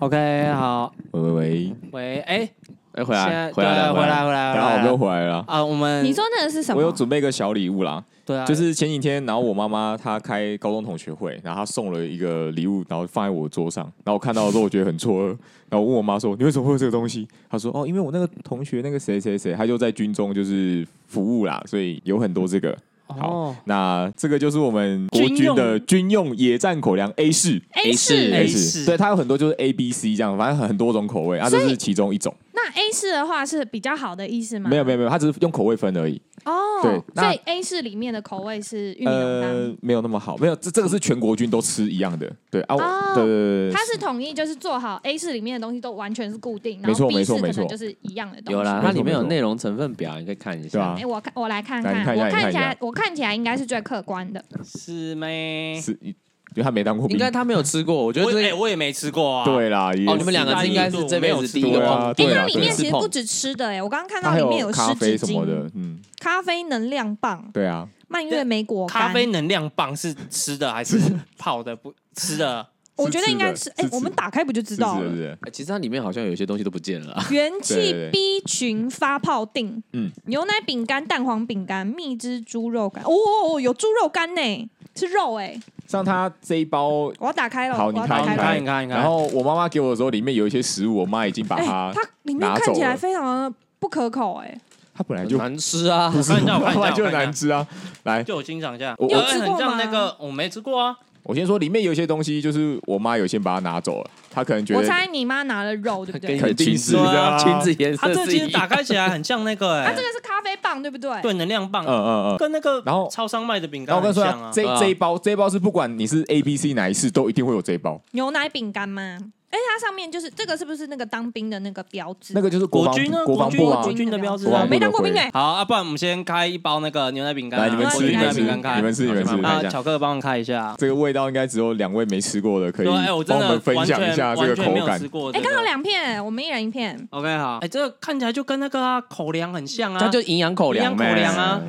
OK，好，喂喂喂，喂，哎、哎，回现在来，回来了，对回来了回来然后我回来们了又回来了。啊，我们你说那个是什么？我有准备一个小礼物啦，对啊，就是前几天，然后我妈妈她开高中同学会，然后她送了一个礼物，然后放在我桌上，然后我看到的时候我觉得很错愕，然后我问我妈说：“你为什么会有这个东西？”她说：“哦，因为我那个同学那个谁谁谁，他就在军中就是服务啦，所以有很多这个。”哦，那这个就是我们国军军用的军用野战口粮 A 式 A 式 A 式式，对，它有很多就是 A、B、C 这样，反正很多种口味，啊，所这以是其中一种。那 A 式的话是比较好的意思吗？没有没有没有，它只是用口味分而已。哦，对所那以 A 式里面的口味是玉米浓汤。呃，没有那么好，没有这这个是全国军都吃一样的，对啊，哦我对对对它对，是统一，就是做好 A 式里面的东西都完全是固定，然没后错 B 没式错可没能错就是一样的东有西。啦，没它错里面有没错内容成分表，你可以看一对下啊。哎，我看我来看来看，你看一下你看我一起来下，我看起来应该是最客观的。是没？是因为他没当过应兵，该他没有吃过，我觉得我这哎、个我也没吃过啊。对啦，哦，哦你们两个是应该是这辈子第一个对啊碰，对哎，啊它对里啊面其是实碰不止吃的，哎，我刚刚看到它还里面有咖湿啡纸什么巾、的，嗯，咖啡能量棒、对啊，蔓越莓果干咖。啡能量棒是吃的还是泡的？不吃的。我觉得应该是是吃，的哎是，吃我们打开不就知是道是了？是，哎其实它里面好像有一些东西都不见了啊。 元对气对对 B 群发泡锭，嗯牛奶饼干、蛋黄饼干、蜜汁猪肉干，哦哦哦，有猪肉干呢，是肉哎，像他这一包，我要打开了，好我要你打看你开了。哎你看，你看。然后我妈妈给我的时候，里面有一些食物，我妈已经把哎、它，它里面拿看起走来了非常的不可口、哎，它本来很就难吃 啊！不是，看一下我看一本下来就我看一下难吃啊，来，就我欣赏一下，我有呃吃过很像吗那个我没吃过啊，我先说，里面有一些东西，就是我妈有先把它拿走了，她可能觉我得猜你妈拿了肉，对不跟你对？的肯定裙是子的啊裙子 颜它色这个是其一实打样。开起来很像那个 它、哎啊这，个是咖啡棒，对不对？对能量棒嗯，嗯嗯。跟那个然后超商卖的饼然干后我跟很你说像啊啊，。这对啊这一包这一包是不管你是 A、B、C 哪一次，都一定会有这一包。牛奶饼干吗？哎，它上面就是这个，是不是那个当兵的那个标志？那个就是国防军呢？国防部军啊国，军的标志国啊防我。部没的当过兵徽哎、好啊，不然我们先开一包那个牛奶饼干啊，来你们吃国军你牛们奶吃饼干开，你们吃你们吃好你们啊，吃巧克力帮我开一下。这个味道应该只有两位没吃过的，可以对，哎，我帮真我的们分完享一全下这个完全没口有感吃。过这哎，个。刚好两片，我们一人一嗯片。 OK 好，哎，这个看起来就跟那个啊口粮很像啊，它就营养口粮营呗，养口粮啊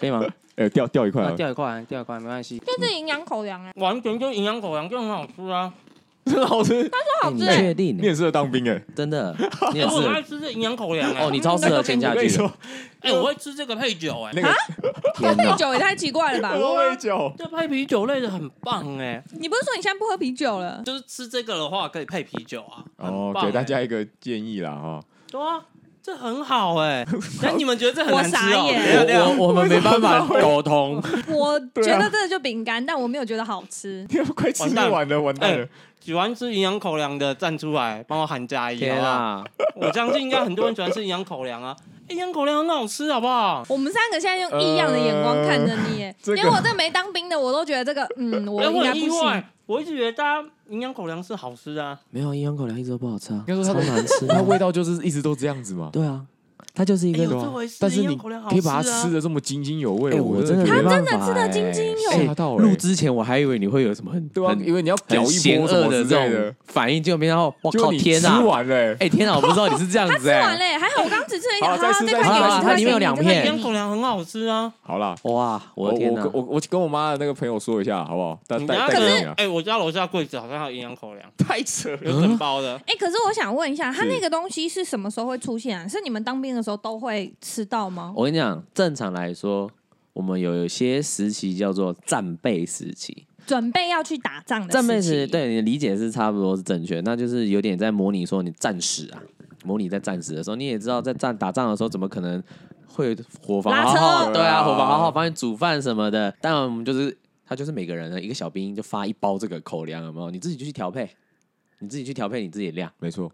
可以吗？呃，掉掉一块啊啊， 掉一块，掉一块没关系，这是营养口粮哎、完全就营养口粮就很好吃啊。真好吃。好你吃哎确定你？很适合 当兵哎，真的，你哎，也我很爱是吃这营养口粮哦，哎，你超适合签我下跟你去的。说，哎，我会吃这个配酒哎那。个天配哦哪！酒也太奇怪了 吧！喝味酒，这配啤酒类的很棒哎、你不是说你现在不喝啤酒了？ 就是吃这个的话可以配啤酒啊。 很哦，棒给大哎家一个建议啦哈。对啊，这很好哎、 那你们觉得这很难吃哦、我傻眼等一下等一下我我们没办法沟通，我对觉啊得这个就饼干，但我没有觉得好吃。你要快吃完蛋完了，完蛋哎了。喜欢吃营养口粮的站出来帮我喊加一天啊！啊！我相信应该很多人喜欢吃营养口粮啊，营养口粮很好吃，好不好？我们三个现在用异样的眼光看着你耶， 这个连我这没当兵的，我都觉得这个， 嗯，我哎应我该很不意行。外，我一直觉得大家营养口粮是好吃的啊。没有营养口粮一直都不好吃啊，应该说它超难吃它的。味道就是一直都这样子嘛。对啊，它就是一哎、有个这回事，但是营你养口粮好可吃以啊。把它吃的这么津津有味，哎，我真的觉没得办法哎。真的吃得津津有哎吓到哎录之前我还以为你会有什么很对啊，很因为你要很屌一邪波什恶么的之类这的种，反应，就没想到我就靠你天吃啊！完了欸，哎天啊，我不知道你是这样 他吃子哎完。嘞，还好我刚刚只吃了一好点，了再吃这再块给吃你，好了这块它里面给你有两这块给营片你养口粮很好吃啊。好啦。哇，我我的天我哪！我我跟我妈的那个朋友说一下，好不好？带嗯你带家带可给是你啊，哎、我家楼下柜子好像还有营养口粮，太扯了。有整包的。哎、可是我想问一下，它是那个东西是什么时候会出现啊？是你们当兵的时候都会吃到吗？我跟你讲，正常来说，我们有一些时期叫做战备时期。准备要去打仗的战备时时期期，，对你的理解是差不多是正确，那就是有点在模拟说你战士啊，模拟在战时的时候，你也知道在战打仗的时候怎么可能会伙房拉好好，车对啊，伙房好好帮你煮饭什么的。当然我们就是他就是每个人呢一个小兵就发一包这个口粮，有没有？你自己就去调配，你自己去调配你自己的量，没错，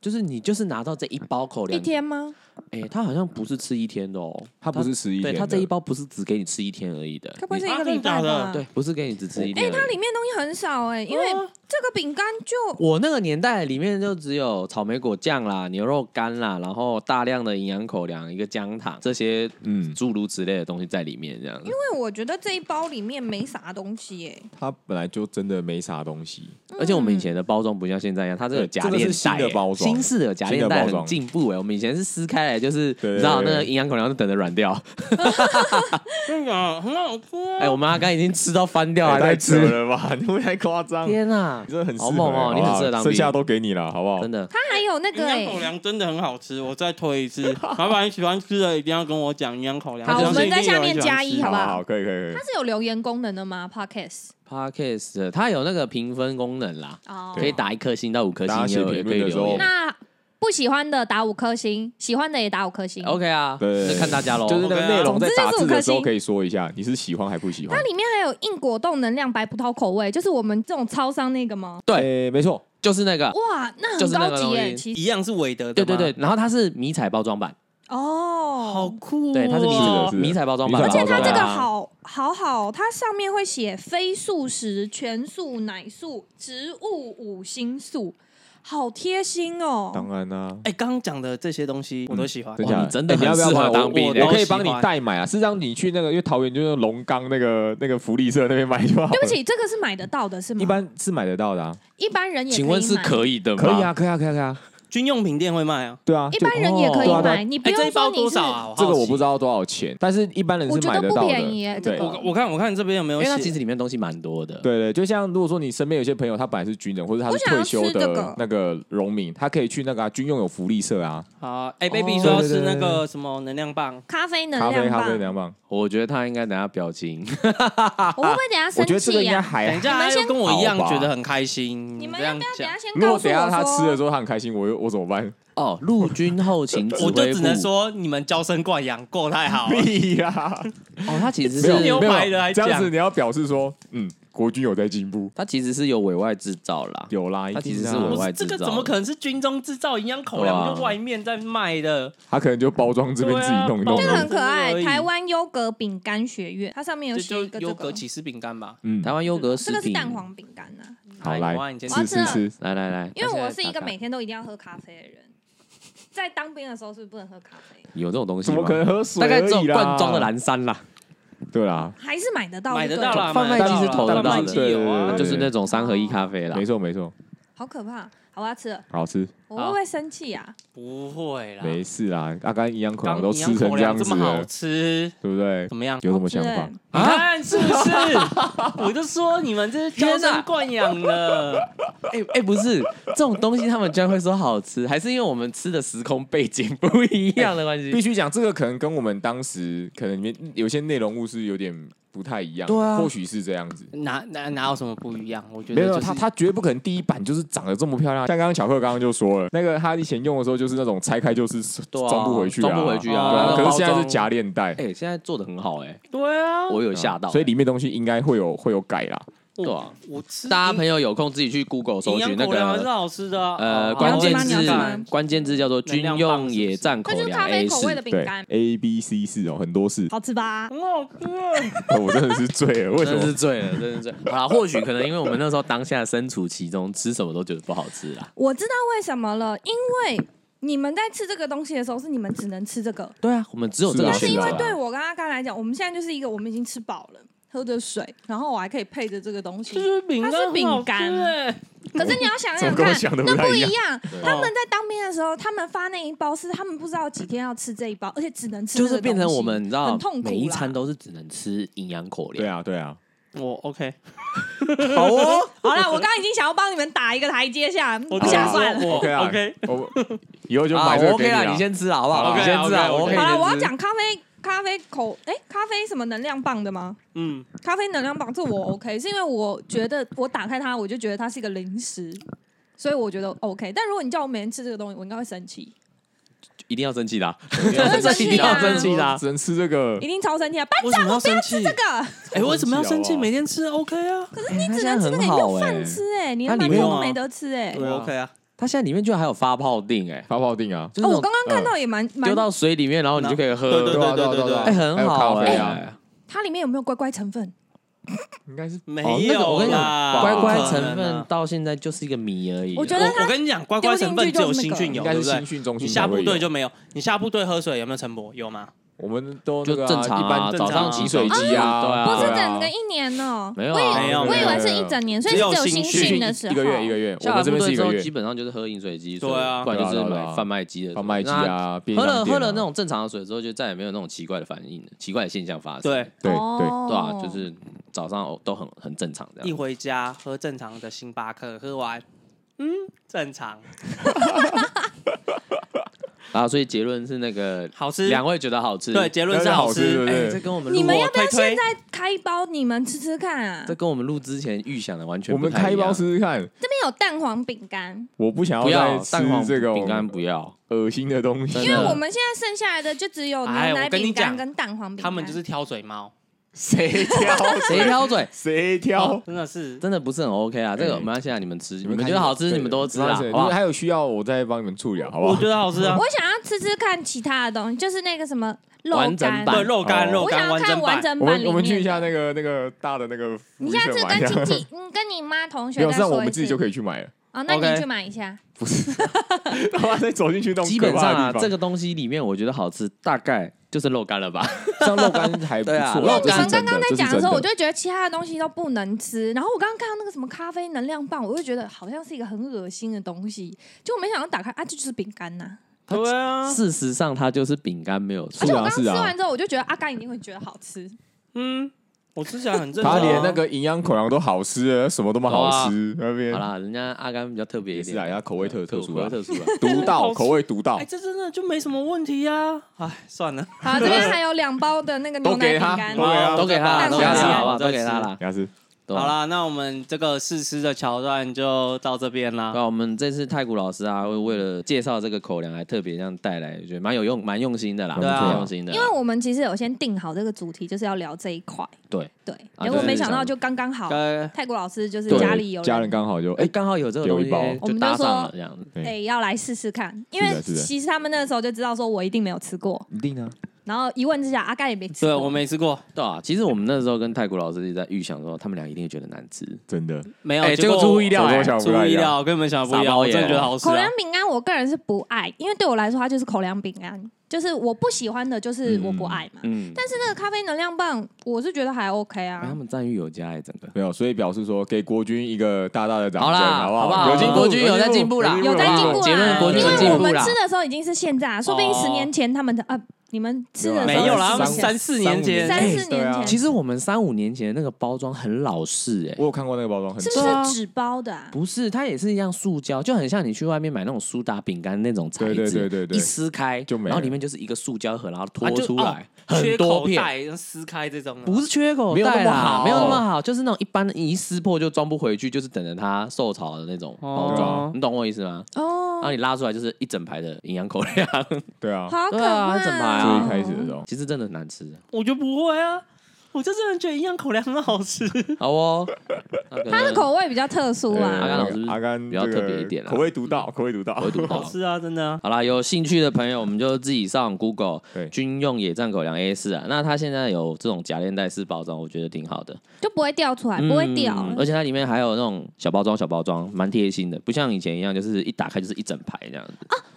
就是你就是拿到这一包口一粮，天吗？哎、他好像不是吃一天的哦，他不是吃一对天的，他这一包不是只给你吃一天而已的该，不会你是一啊个真的礼拜假的吧？对，，不是给你只吃一哎、天而已。啊它里面东西很少哎、因为哦这个饼干就我那个年代里面就只有草莓果酱啦、牛肉干啦，然后大量的营养口粮、一个姜糖这些嗯，诸如此类的东西在里面，这样子。因为我觉得这一包里面没啥东西耶、它本来就真的没啥东西，而且我嗯们以前的包装不像现在一样，它这个对夹这个是链新袋的欸包装新式的夹新链的袋包很装进步哎，我们以前是撕开来就是，对你知道对对那个营养口粮就等着软掉。真的假的很好吃 啊。哎，我妈刚已经吃到翻掉，还在哎太扯。吃了吧？你们太夸张，你天啊，真的很适合哎好猛哦好不好你很适合当兵剩下都给你了，好不好？真的，它还有那营个、养欸，口粮真的很好吃，我再推一 次。老板，你喜欢吃的一定要跟我讲营养口粮。好相信我们在一定有下面人喜欢加一吃好不好好好，可以可以可以。它是有留言功能的吗？Podcast Podcast 的它有那个评分功能啦，哦，可以打一颗星到五颗大家星，写也有也评可论以的时候留言。那不喜欢的打五颗星，喜欢的也打五颗星。 OK 啊，对，那看大家喽。就是那个内容在打字的时候总之就是五颗星可以说一下，你是喜欢还不喜欢它？里面还有硬果冻能量白葡萄口味，就是我们这种超商那个吗？对，哎没错，就是那个，哇，那就很是那高个级耶、东西其实一样是韦德的，对对对，，然后它是迷彩包装版，哦，好酷哦！对，它是迷是的彩是的迷彩包装版，而且而且它这对个啊好好好，它上面会写非素食、全素、奶素、植物五星素，好贴心当哦。然啦。哎，刚刚讲的这些东西我都喜欢。真哇假啊哦你真的哎你很要不要适合帮我当兵我欸我可以我帮你喜欢代买啊，是让你去那个，因为桃园就是龙岗那个那个福利社那边买就好了。 对不，起，这个是买得到的是吗？一般是买得到的啊。一般人也请问是以可以的吗？可以啊，，可以啊，可以啊，可以啊，军用品店会卖啊？对啊，买，一就般人也可以哦对啊买，对你不哎，这用一说包你多是少啊？这个我不知道。道多少钱，但是一般人我是觉买得得不到的。便宜耶这对个我我看我看这边有没因有为写？它其实里面东西蛮多的。对对，就像如果说你身边有些朋友，他本来是军人，或者他是退休我想要吃这个的那个农民，他可以去那个、啊、军用有福利社啊，好，哎，baby 哦说对对是那对对个什么能量棒，咖啡能咖啡量咖啡棒，两棒。我觉得他应该等下 表情，我会不会等下我觉得生这个气应该呀？还等一下他你们又先跟我一样哎好吧觉得很开心。你们嗯这要样不要等讲下，先如告果诉等一下他吃了我之说？后他很开心，我又我怎么办？ 哦，陆军后勤指挥我部，就只能说你们娇生惯养，够太 好了。屁呀！哦，他其实 没有没牛有是排的还这样子讲你要表示说，嗯，国军有在进步，他其实是有委外制造啦，有啦，他一定其实啊是我不外是制这造个的怎么可能是军中制造营养口对啊哦粮？就外面在卖的，他可能就包装这边自己弄一弄对啊包而装已，这个很可爱而，已台湾优格饼干学院，它上面有这写就一个这优格个，起司饼干吧。嗯台，湾优格食这个是品，蛋黄饼干呐。好哎来我爱你今天我要吃吃吃了吃，来来来，因为我是一个他现在打开每天都一定要喝咖啡的人，在当兵的时候是不是不能喝咖啡，有这种东西怎吗么可能喝水大而已啦？概只有罐装的蓝山啦，对啦，还是买得到，买得到了，啦，贩卖机是投得贩到卖的机有啊对对对对。就是那种三合一咖啡啦没。错没错，好可怕！好，我要吃了，好吃，我会不会生气啊？不会啦，没事啦。阿甘营养口刚粮都吃成这样这子么好了，吃，对不对？怎么样？有啊什么好吃想法欸？你看是不是？ 我就说你们这是娇生惯养的， 哎哎，不是这种东西，他们居然会说好吃，还是因为我们吃的时空背景不一样的欸关系必？须讲，这个可能跟我们当时可能里面有些内容物是有点不太一样，对啊或许是这样子。哪哪哪有什么不一样？我觉没得有，就是他他绝对不可能第一版就是长得这么漂亮。像刚刚巧克刚刚就说了，那个他以前用的时候就是那种拆开就是对啊装不回去啊，装不回去啊对那个可包装是现在是夹链袋，哎，现在做的很好哎，对啊，我有吓到，所以里面东西应该会有会有改啦。对啊我吃大家朋友有空自己去 Google 搜营寻养那口粮还是个好吃的啊，呃哦关键好你要字吃吗，关键字叫做军用野战口它就是咖粮啡 A 口味的四。饼对干， ，A B C 四哦，很多是，好吃吧？很好吃啊。 我真的是醉 了，为什真的是么？醉了，真的是醉了。 好啦，或许可能因为我们那时候当下身处其中，吃什么都觉得不好吃啦。我知道为什么了，因为你们在吃这个东西的时候，是你们只能吃这个，对啊，我们只有这个但啊是选因择为啊。对我跟阿刚来讲，我们现在就是一个我们已经吃饱了，喝着水，然后我还可以配着这个东西这。就是饼干，它是饼干很好吃欸可是你要想怎想么跟我看，想的不那太不一一样样。啊他哦们在当兵的时候，他们发那一包是他们不知道几天要吃这一包，而且只能吃这就个东是西，变成我们，你知道很痛，苦啦每一餐都是只能吃营养口对粮。啊，对啊，我 OK，好哦，好啦，我刚刚已经想要帮你们打一个台阶下，我不想算了。我 OK 啊 OK，我以后就啊买我这个给 OK 啦，啊你先吃啦，好不好好？啊你先吃啊， OK，OK，OK 我 OK。好啦，我要，讲咖啡咖啡口，哎、咖啡什么能量棒的吗？嗯，咖啡能量棒这我 OK，是因为我觉得我打开它，我就觉得它是一个零食，所以我觉得 OK。但如果你叫我每天吃这个东西，我应该会生气，一定要生气的啊，会生一气定啊要生气的啊。只能吃这个一，定超生气啊！班为什长，么要我不要生吃气这个，哎，为什么要生气？好每天吃 OK 啊，可是你只能吃哎那个，你没有饭吃哎、你连它馒欸头里面都啊没得吃哎、我 OK 啊，它现在里面居然还有发泡定哎，发泡定啊，就是哦，那我种刚刚看到也蛮蛮丢，到水里面，然后你就可以喝。对对啊啊啊对哎，很还有好咖啡啊哎。它里面有没有乖乖成分？应该是哦没那个我有跟你啦，讲，乖乖不可能成分啊。到现在就是一个谜而已啊。我觉得我我跟你讲，乖乖成分只有新训有，对应该不是新对？训中你心下才会部有。队就没有，你下部队喝水有没有陈博？有吗？我们都那就个啊正常一般啊，早正上常啊饮水机啊，对啊不是对啊整个一年哦，没有我以啊没有我以没为有是一整年，所以是只有新只有新训训的时候，一个月一个月，我下们了这边部是一队之个后月基，本上就是喝饮水机，对啊不然就是对啊对啊买贩卖机的水贩卖机。啊，便那喝利商了店喝啊了那，种正常的水之后，就再也没有那种奇怪的反应了，奇怪的现象发生。对，对对，哦对啊，就是早上都很很正常这一样。回家喝正常的星巴克，喝完，嗯，正常，然啊后所以结论是那个好吃。两位觉得好吃，对，结论是好对吃不。对哎，这跟我们录你们要不要推推现在开一包，你们吃吃看啊？这跟我们录之前预想的完全我不们太开一包样。试试看，这边有蛋黄饼干，我不想不再要吃蛋黄这个饼干，不要。恶心的东西，真的因为我们现在剩下来的就只有牛哎奶我跟你饼干讲跟蛋黄饼干，他们就是挑嘴猫， 谁挑 谁挑嘴？谁挑。真的是真的不是很 OK 啊！这个哎我们要现在你们吃，你们们看觉得好吃，对你们多吃啊，没关系好不你们好？还有需要，我再帮你们处理，好不我好？觉得好吃啊。我想要吃吃看其他的东西，就是那个什么肉完整干，版对，肉干哦肉我干想要看整完版，整我版里们面。我们去一下那个那个大的那个福你利下社次买一跟下， 亲戚，嗯，跟你妈同学没有，再是让我说一们自己次。就可以去 买了， 哦，那 OK 你去买一下。然后再走进去那种基可本怕上的啊，地方这个东西里面我觉得好吃，大概就是肉干了吧？像肉干还不 对啊错，肉你们干这是刚真刚在这是讲的时真候，我就觉得其他的东西都不能吃。然后我刚刚看到那个什么咖啡能量棒，我就觉得好像是一个很恶心的东西。就我没想到打开啊，这就是饼 干呐。对嗯啊， 事实上，它就是饼干没有而且错是啊我刚刚是吃啊完之后，我就觉得阿甘一定会觉得好吃。嗯，我吃起来很正常啊。他连那个营养口粮都好吃了，什么都不好吃，那边好啦，人家阿甘比较特别一也点，是啊，人家口味特特殊口味啊，特殊啊。 独 到口味独到哎，，这真的就没什么问题呀。哎，算了，好，这边还有两包的那个牛奶饼干都。给他好都给他，蛋都黄给饼他，干好不好？都给他。啦。牙齿对啊好，啦，那我们这个试吃的桥段就到这边啦。对啊，我们这次太古老师啊，会为了介绍这个口粮，还特别这样带来，觉得蛮有用、蛮用心的啦，对啊蛮用心的啦。因为我们其实有先定好这个主题，就是要聊这一块。对对，啊结就果是没想想到就刚刚啊好，该泰国老师就是对家里有家人刚好就哎，哎，刚好有这个东有一西包，我们就就搭上说了这样子。哎、要来试试看，因是为的是的其实他们那个时候就知道说我一定没有吃过，一定啊，然后一问之下，阿盖也没吃过。对我没吃过，对啊，其实我们那时候跟太古老师一直在预想说，他们俩一定会觉得难吃。真的没有。哎结果结果出乎意料我哎想不出到乎一意样料，跟你们想的不一傻样。包哦我真的眼觉得好吃口啊粮。饼干我个人是不爱，因为对我来说它就是口粮饼干，就是我不喜欢的，就是我不爱嘛。嗯，但是那个咖啡能量棒，我是觉得还 OK 哎他啊。们赞誉有加哎，整个。没有，所以表示说给国军一个大大的掌好声，啦不好？好不好有进步国军有在进步啦有在进步啦啊结论国因军有为进我步们啦吃。的时候已经是现在啊，说不定哦十年前他们的啊，你们吃的时候没有啦，他是们十年三四年前前三哎四对年啊前，其实我们三五年前那个包装很老式哎我，有看过那个包装，很是正不是纸包的啊？不是，它也是一样塑胶，就很像你去外面买那种苏打饼干那种材质，对对对对对一撕开就没了嗯然后里面就是一个塑胶盒，然后拖啊就出来、哦缺很多口片，袋撕开这种啊，不是缺口没有那袋么啦好，没有那么好，就是那种一般你一撕破就装不回去，就是等着它受潮的那种包装，哦你懂我意思吗？然后哦，你拉出来就是一整排的营养口粮，对啊，好可对啊怕它整排就啊哦一开始的时候，其实真的很难吃。我就不会啊。我就真的觉得营养口粮很好吃，好 哦，那可能它的口味比较特殊啊对阿啦甘。老师阿甘比较这个特别一点啦啊口味独到，口味独到，我会读到好。吃啊，真的啊。好啦，有兴趣的朋友，我们就自己上 Google 对军用野战狗粮 A 四啊。那它现在有这种夹链袋式包装，我觉得挺好的，嗯就不会掉出来，不会掉。而且它里面还有那种小包装，小包装蛮贴心的，不像以前一样，就是一打开就是一整排这样子。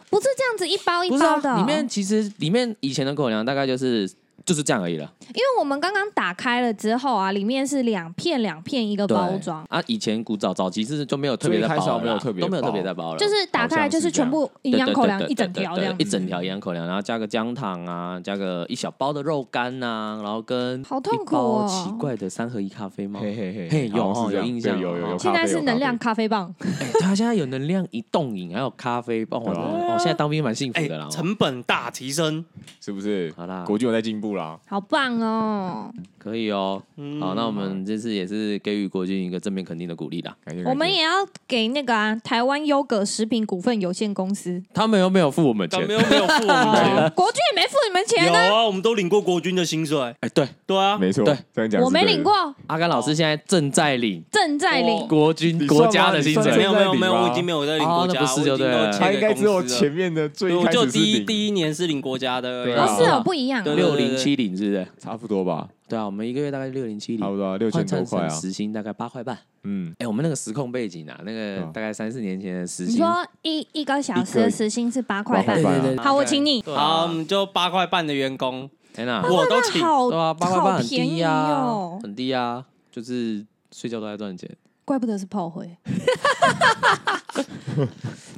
不是这样子一包哦一不是包的哦、啊，里面其实里面以前的狗粮大概就是就是这样而已了。因为我们刚刚打开了之后啊，里面是两片两片一个对包装，啊，以前古早早期是就没有特别在最一开始包好了啦，像没有特别都没有特包别在包了，就是打开来就是全部营养口粮对对对对一整条这对对样对子一。整条营养口粮，然后加个姜糖啊，加个一小包的肉干呐、然后跟好痛一苦包哦奇怪的三合一咖啡吗？ 嘿嘿嘿嘿有好像是哦这样有印象对有有哦有，现在咖啡是有能咖啡量咖啡棒，哎他现在有能量饮、冻饮，还有咖啡，帮我对啊哦，现在当兵蛮幸福哎的啦。，哦成本大提升。是不是？好啦，国军有在进步啦，好棒哦！可以哦。嗯好，那我们这次也是给予国军一个正面肯定的鼓励啦。感谢。我们感谢也要给那个啊台湾优格食品股份有限公司，他们又没有付我们但钱没。有没有 付我们钱，国军也没付你们钱有呢，啊，我们都领过国军的薪水。哎，对，对啊，没错，对这样讲是我没对的领。过，阿甘老师现在正在领正在领哦。国军你算吗国家的薪你算没水吗。有没有没有，正在领吗我已经没有在领哦国家，那不是就对了我已经都签他应该只有给公司了前面的最对，一我开就始是第一领第一年是领国家的而已，对啊哦哦，是哦，不一样啊。对对六零七零是不是？差不多吧，对啊，我们一个月大概六零七零，差不多啊六千换成多块啊时薪大概八块半。嗯，哎、我们那个时空背景啊，那个对啊大概三四年前的时你薪，说一一个小时一个的时薪是八块半八对块，半对啊对，好，我请你。对好，我啊，们就八块半的员工，天哪，我都请。好对啊，八块半好很便低宜呀、哦，很低呀、就是睡觉都在赚钱，怪不得是炮 灰。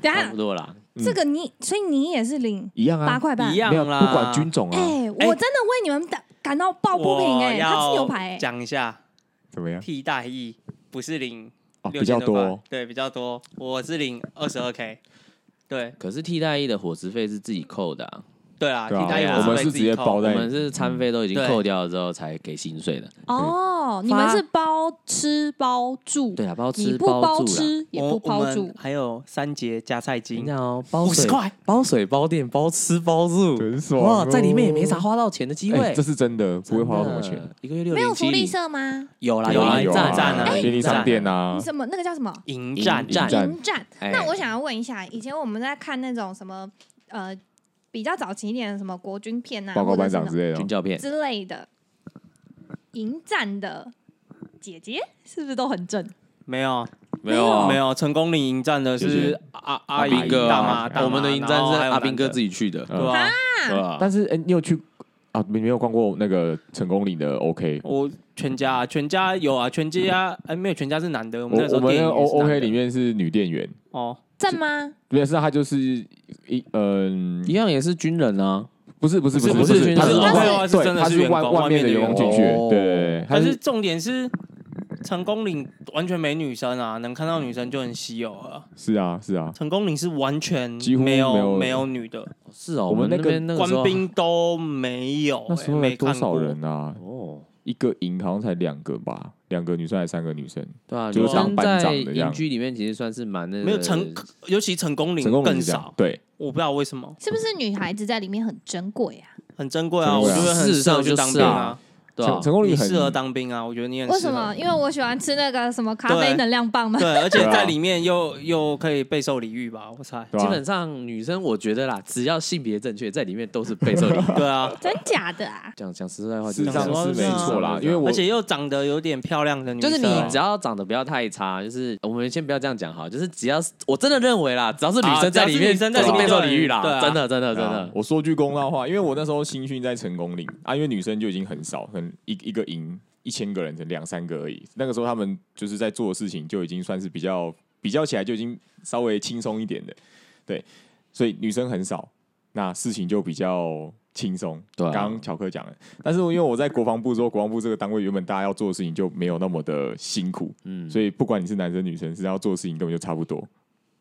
等一差下不，多啦。这个你，所以你也是领一样啊，八块半一，样没有啦不管军种啊，哎，我真的为你们感感到抱不平哎，我他吃牛要排哎，讲一下怎么样？替代役不是领哦，比6000较多块多，对，比较多，我是领二十二 k，对可是替代役的伙食费是自己扣的、啊，对啊，替对啊代役我被们是自直己接扣包我在对嗯们是餐费都已经对扣掉了之后才给薪水的。哦，你们是包吃包住，对啊，包你吃不包包住啦。吃也我不我包们住，还有三节加菜你金看，哦，包50水块、包水、包电、包吃、包住，真爽哇，哦在里面也没啥花到钱的机哎会这，是真的，不会花到什么真的钱。，一个月六没有零福利七，社吗？有啦有啦啊有有啊站啊，啊便利商店啊哎你，什么那个叫什么？迎战迎战战迎战。哎那我想要问一下，以前我们在看那种什么呃比较早期一点的什么国军片啊，报告或者班是那长之种类的军哦，教片，之类的，迎战的姐姐是不是都很正？没有没有啊没有成功领迎战的谢是谢阿阿阿兵姨哥大啊妈，大妈我们的迎战是阿兵哥自己己去的，嗯对啊，对吧但是哎，你有去啊？没没有逛过那个成功岭的 OK？我全家啊全家有啊，全家哎没有全家是男的，我我们那时我候们电那影个 O 也是男 OK 的里面是女店员，哦，正吗？没事，她就是一嗯一，样也是军人啊，不是不是不不是是不是她不是外外是真的对，她是是员外工外面面的的员员工进去，工对对，对她但是是重点是成功岭完全没女生啊，能看到女生就很稀有了。是啊是啊，成功岭是完全几乎没没有有没有女的，是哦，我们那那个边那个官时候兵都没有、那时哎候没有多看少过人啊？哦，一个营好像才两个吧，两个女生还是三个女生？对啊，就是女生当班在长的这样营区里面其实算是蛮那个没有成，尤其成功岭成功岭更是这样少，对，我不知道为什么，是不是女孩子在里面很珍贵啊？很珍贵啊，珍我贵啊觉得很事实适上合就去是啊当兵啊，对啊成，成功你率很适合当兵啊，我觉得你很为适什么？合。因为我喜欢吃那个什么咖啡对能量棒嘛。对，而且嗯对啊在里面又又可以备受礼遇吧，我猜。对啊基吧、本上女生我觉得啦，只要性别正确，在里面都是备受 礼遇。对啊，真假的啊？讲讲实在话，事就实是上是没错啦，因为我而且又长得有点漂亮啊的女就生，啊是你只要长得不要太差，就是我们先不要这样讲哈，就是只要是我真的认为啦，只要是女生在里面，啊只要是女生都在是里备面受礼遇啦对，啊真的真的对真啊的。我说句公道话，因为我那时候新训在成功岭啊，因为女生就已经很少，可能一一个营一千个人，才两三个而已。那个时候他们就是在做的事情就已经算是比较比较起来就已经稍微轻松一点的，对，所以女生很少，那事情就比较。轻松，对啊刚刚乔克讲了，但是因为我在国防部之后，国防部这个单位原本大家要做的事情就没有那么的辛苦，嗯，所以不管你是男生女生，是要做的事情根本就差不多。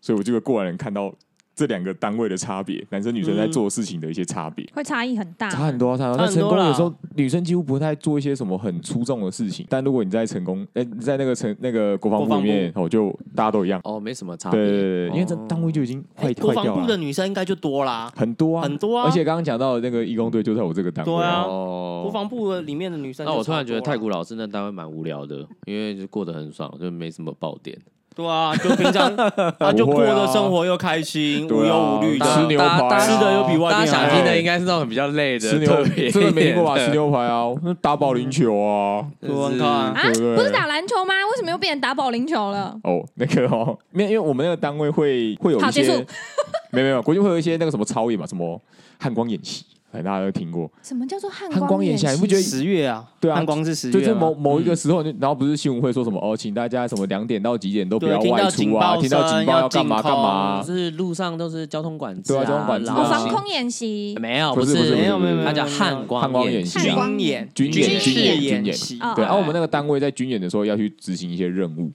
所以我这个过来人看到这两个单位的差别，男生女生在做事情的一些差别，会差异很大。差很多、啊，差很嗯差很多。在成多功啦有时候女生几乎不太做一些什么很出众的事情，但如果你在成功，哎、你在那个成那个国防部里面，哦，就大家都一样。哦，没什么差别。对对对，对因为这哦单位就已经坏哎国坏防掉部的了，女生应该就多啦，很多啊，很多啊而且刚刚讲到的那个义工队就在我这个单位对啊哦国防部的里面的女生就超多那啦。我突然觉得太古老师那单位蛮无聊的，因为就过得很爽，就没什么爆点。对啊，就平 常啊，就过的生活又开心，无对啊忧无虑的，吃牛排啊、大家吃的又比外大家面想还听好的应该是那种比较累的，吃特牛别一点的真的没听过 吧？吃牛排啊，那打保龄球啊，对我靠啊啊，对不对不是打篮球吗？为什么又变成打保龄球了？哦，那个哦， 没有，因为我们那个单位会会有好一些结束，没有没有，国际会有一些那个什么操演嘛，什么汉光演习，哎，大家都听过，什么叫做汉汉光演演习啊，你习不觉得十月啊，嗯对啊汉光是十月嘛，就是某某一个时候，就然后不是新闻会说什么哦，请大家什么两点到几点都不对要听到外警出啊，报听到声警报要要干嘛进干嘛啊，就是路上都是交通管制对啊，啊交通管制啊然哦，后防空演习没有，不是不不是没有没有没有，它叫汉汉光光演演习习汉光军演军演军演军演演习哦，对，然啊后我们那个单位在军演的时候要去执行一些任务，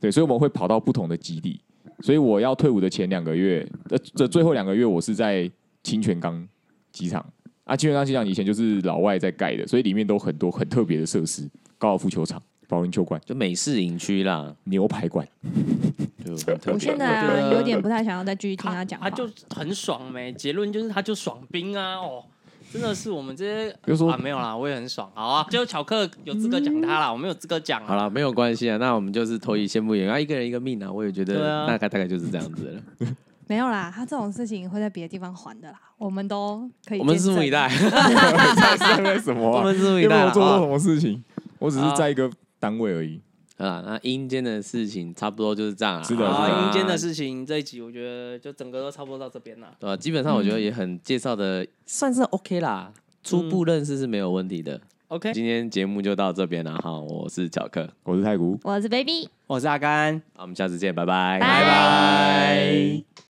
对，所以我们会跑到不同的基地。所以我要退伍的前两个月，呃，这最后两个月我是在清泉岗机场啊，清泉岗机场以前就是老外在盖的，所以里面都很多很特别的设施，高尔夫球场、保龄球馆、就美式营区啦，牛排馆，就很特我别现。在我觉啊得有点不太想要再继续听他讲话他。就很爽没，结论就是他就爽兵啊，哦，真的是我们这些 比如说嗯啊没有啦，我也很爽，好啊，就巧克有资格讲他啦，我没有资格讲好啊，了，没有关系啊，那我们就是脱衣先不远啊，一个人一个命啊，我也觉对得啊大概大概就是这样子了。没有啦，他这种事情会在别的地方还的啦，我们都可以。我们拭目以。待， 在为什么 我 啊、们拭目以又没待有了做过什啊么事情，我只是啊在一个单位而已。啊！那阴间的事情差不多就是这样啊。是的是啊的啊，阴间的事情这一集我觉得就整个都差不多到这边了。对吧？基本上我觉得也很介绍的，算是 OK 啦，初步认识是没有问题的。 OK，嗯今天节目就到这边了哈，我是小克，我是太古，我是 baby。我是阿甘，好我们下次见，拜拜，拜拜拜。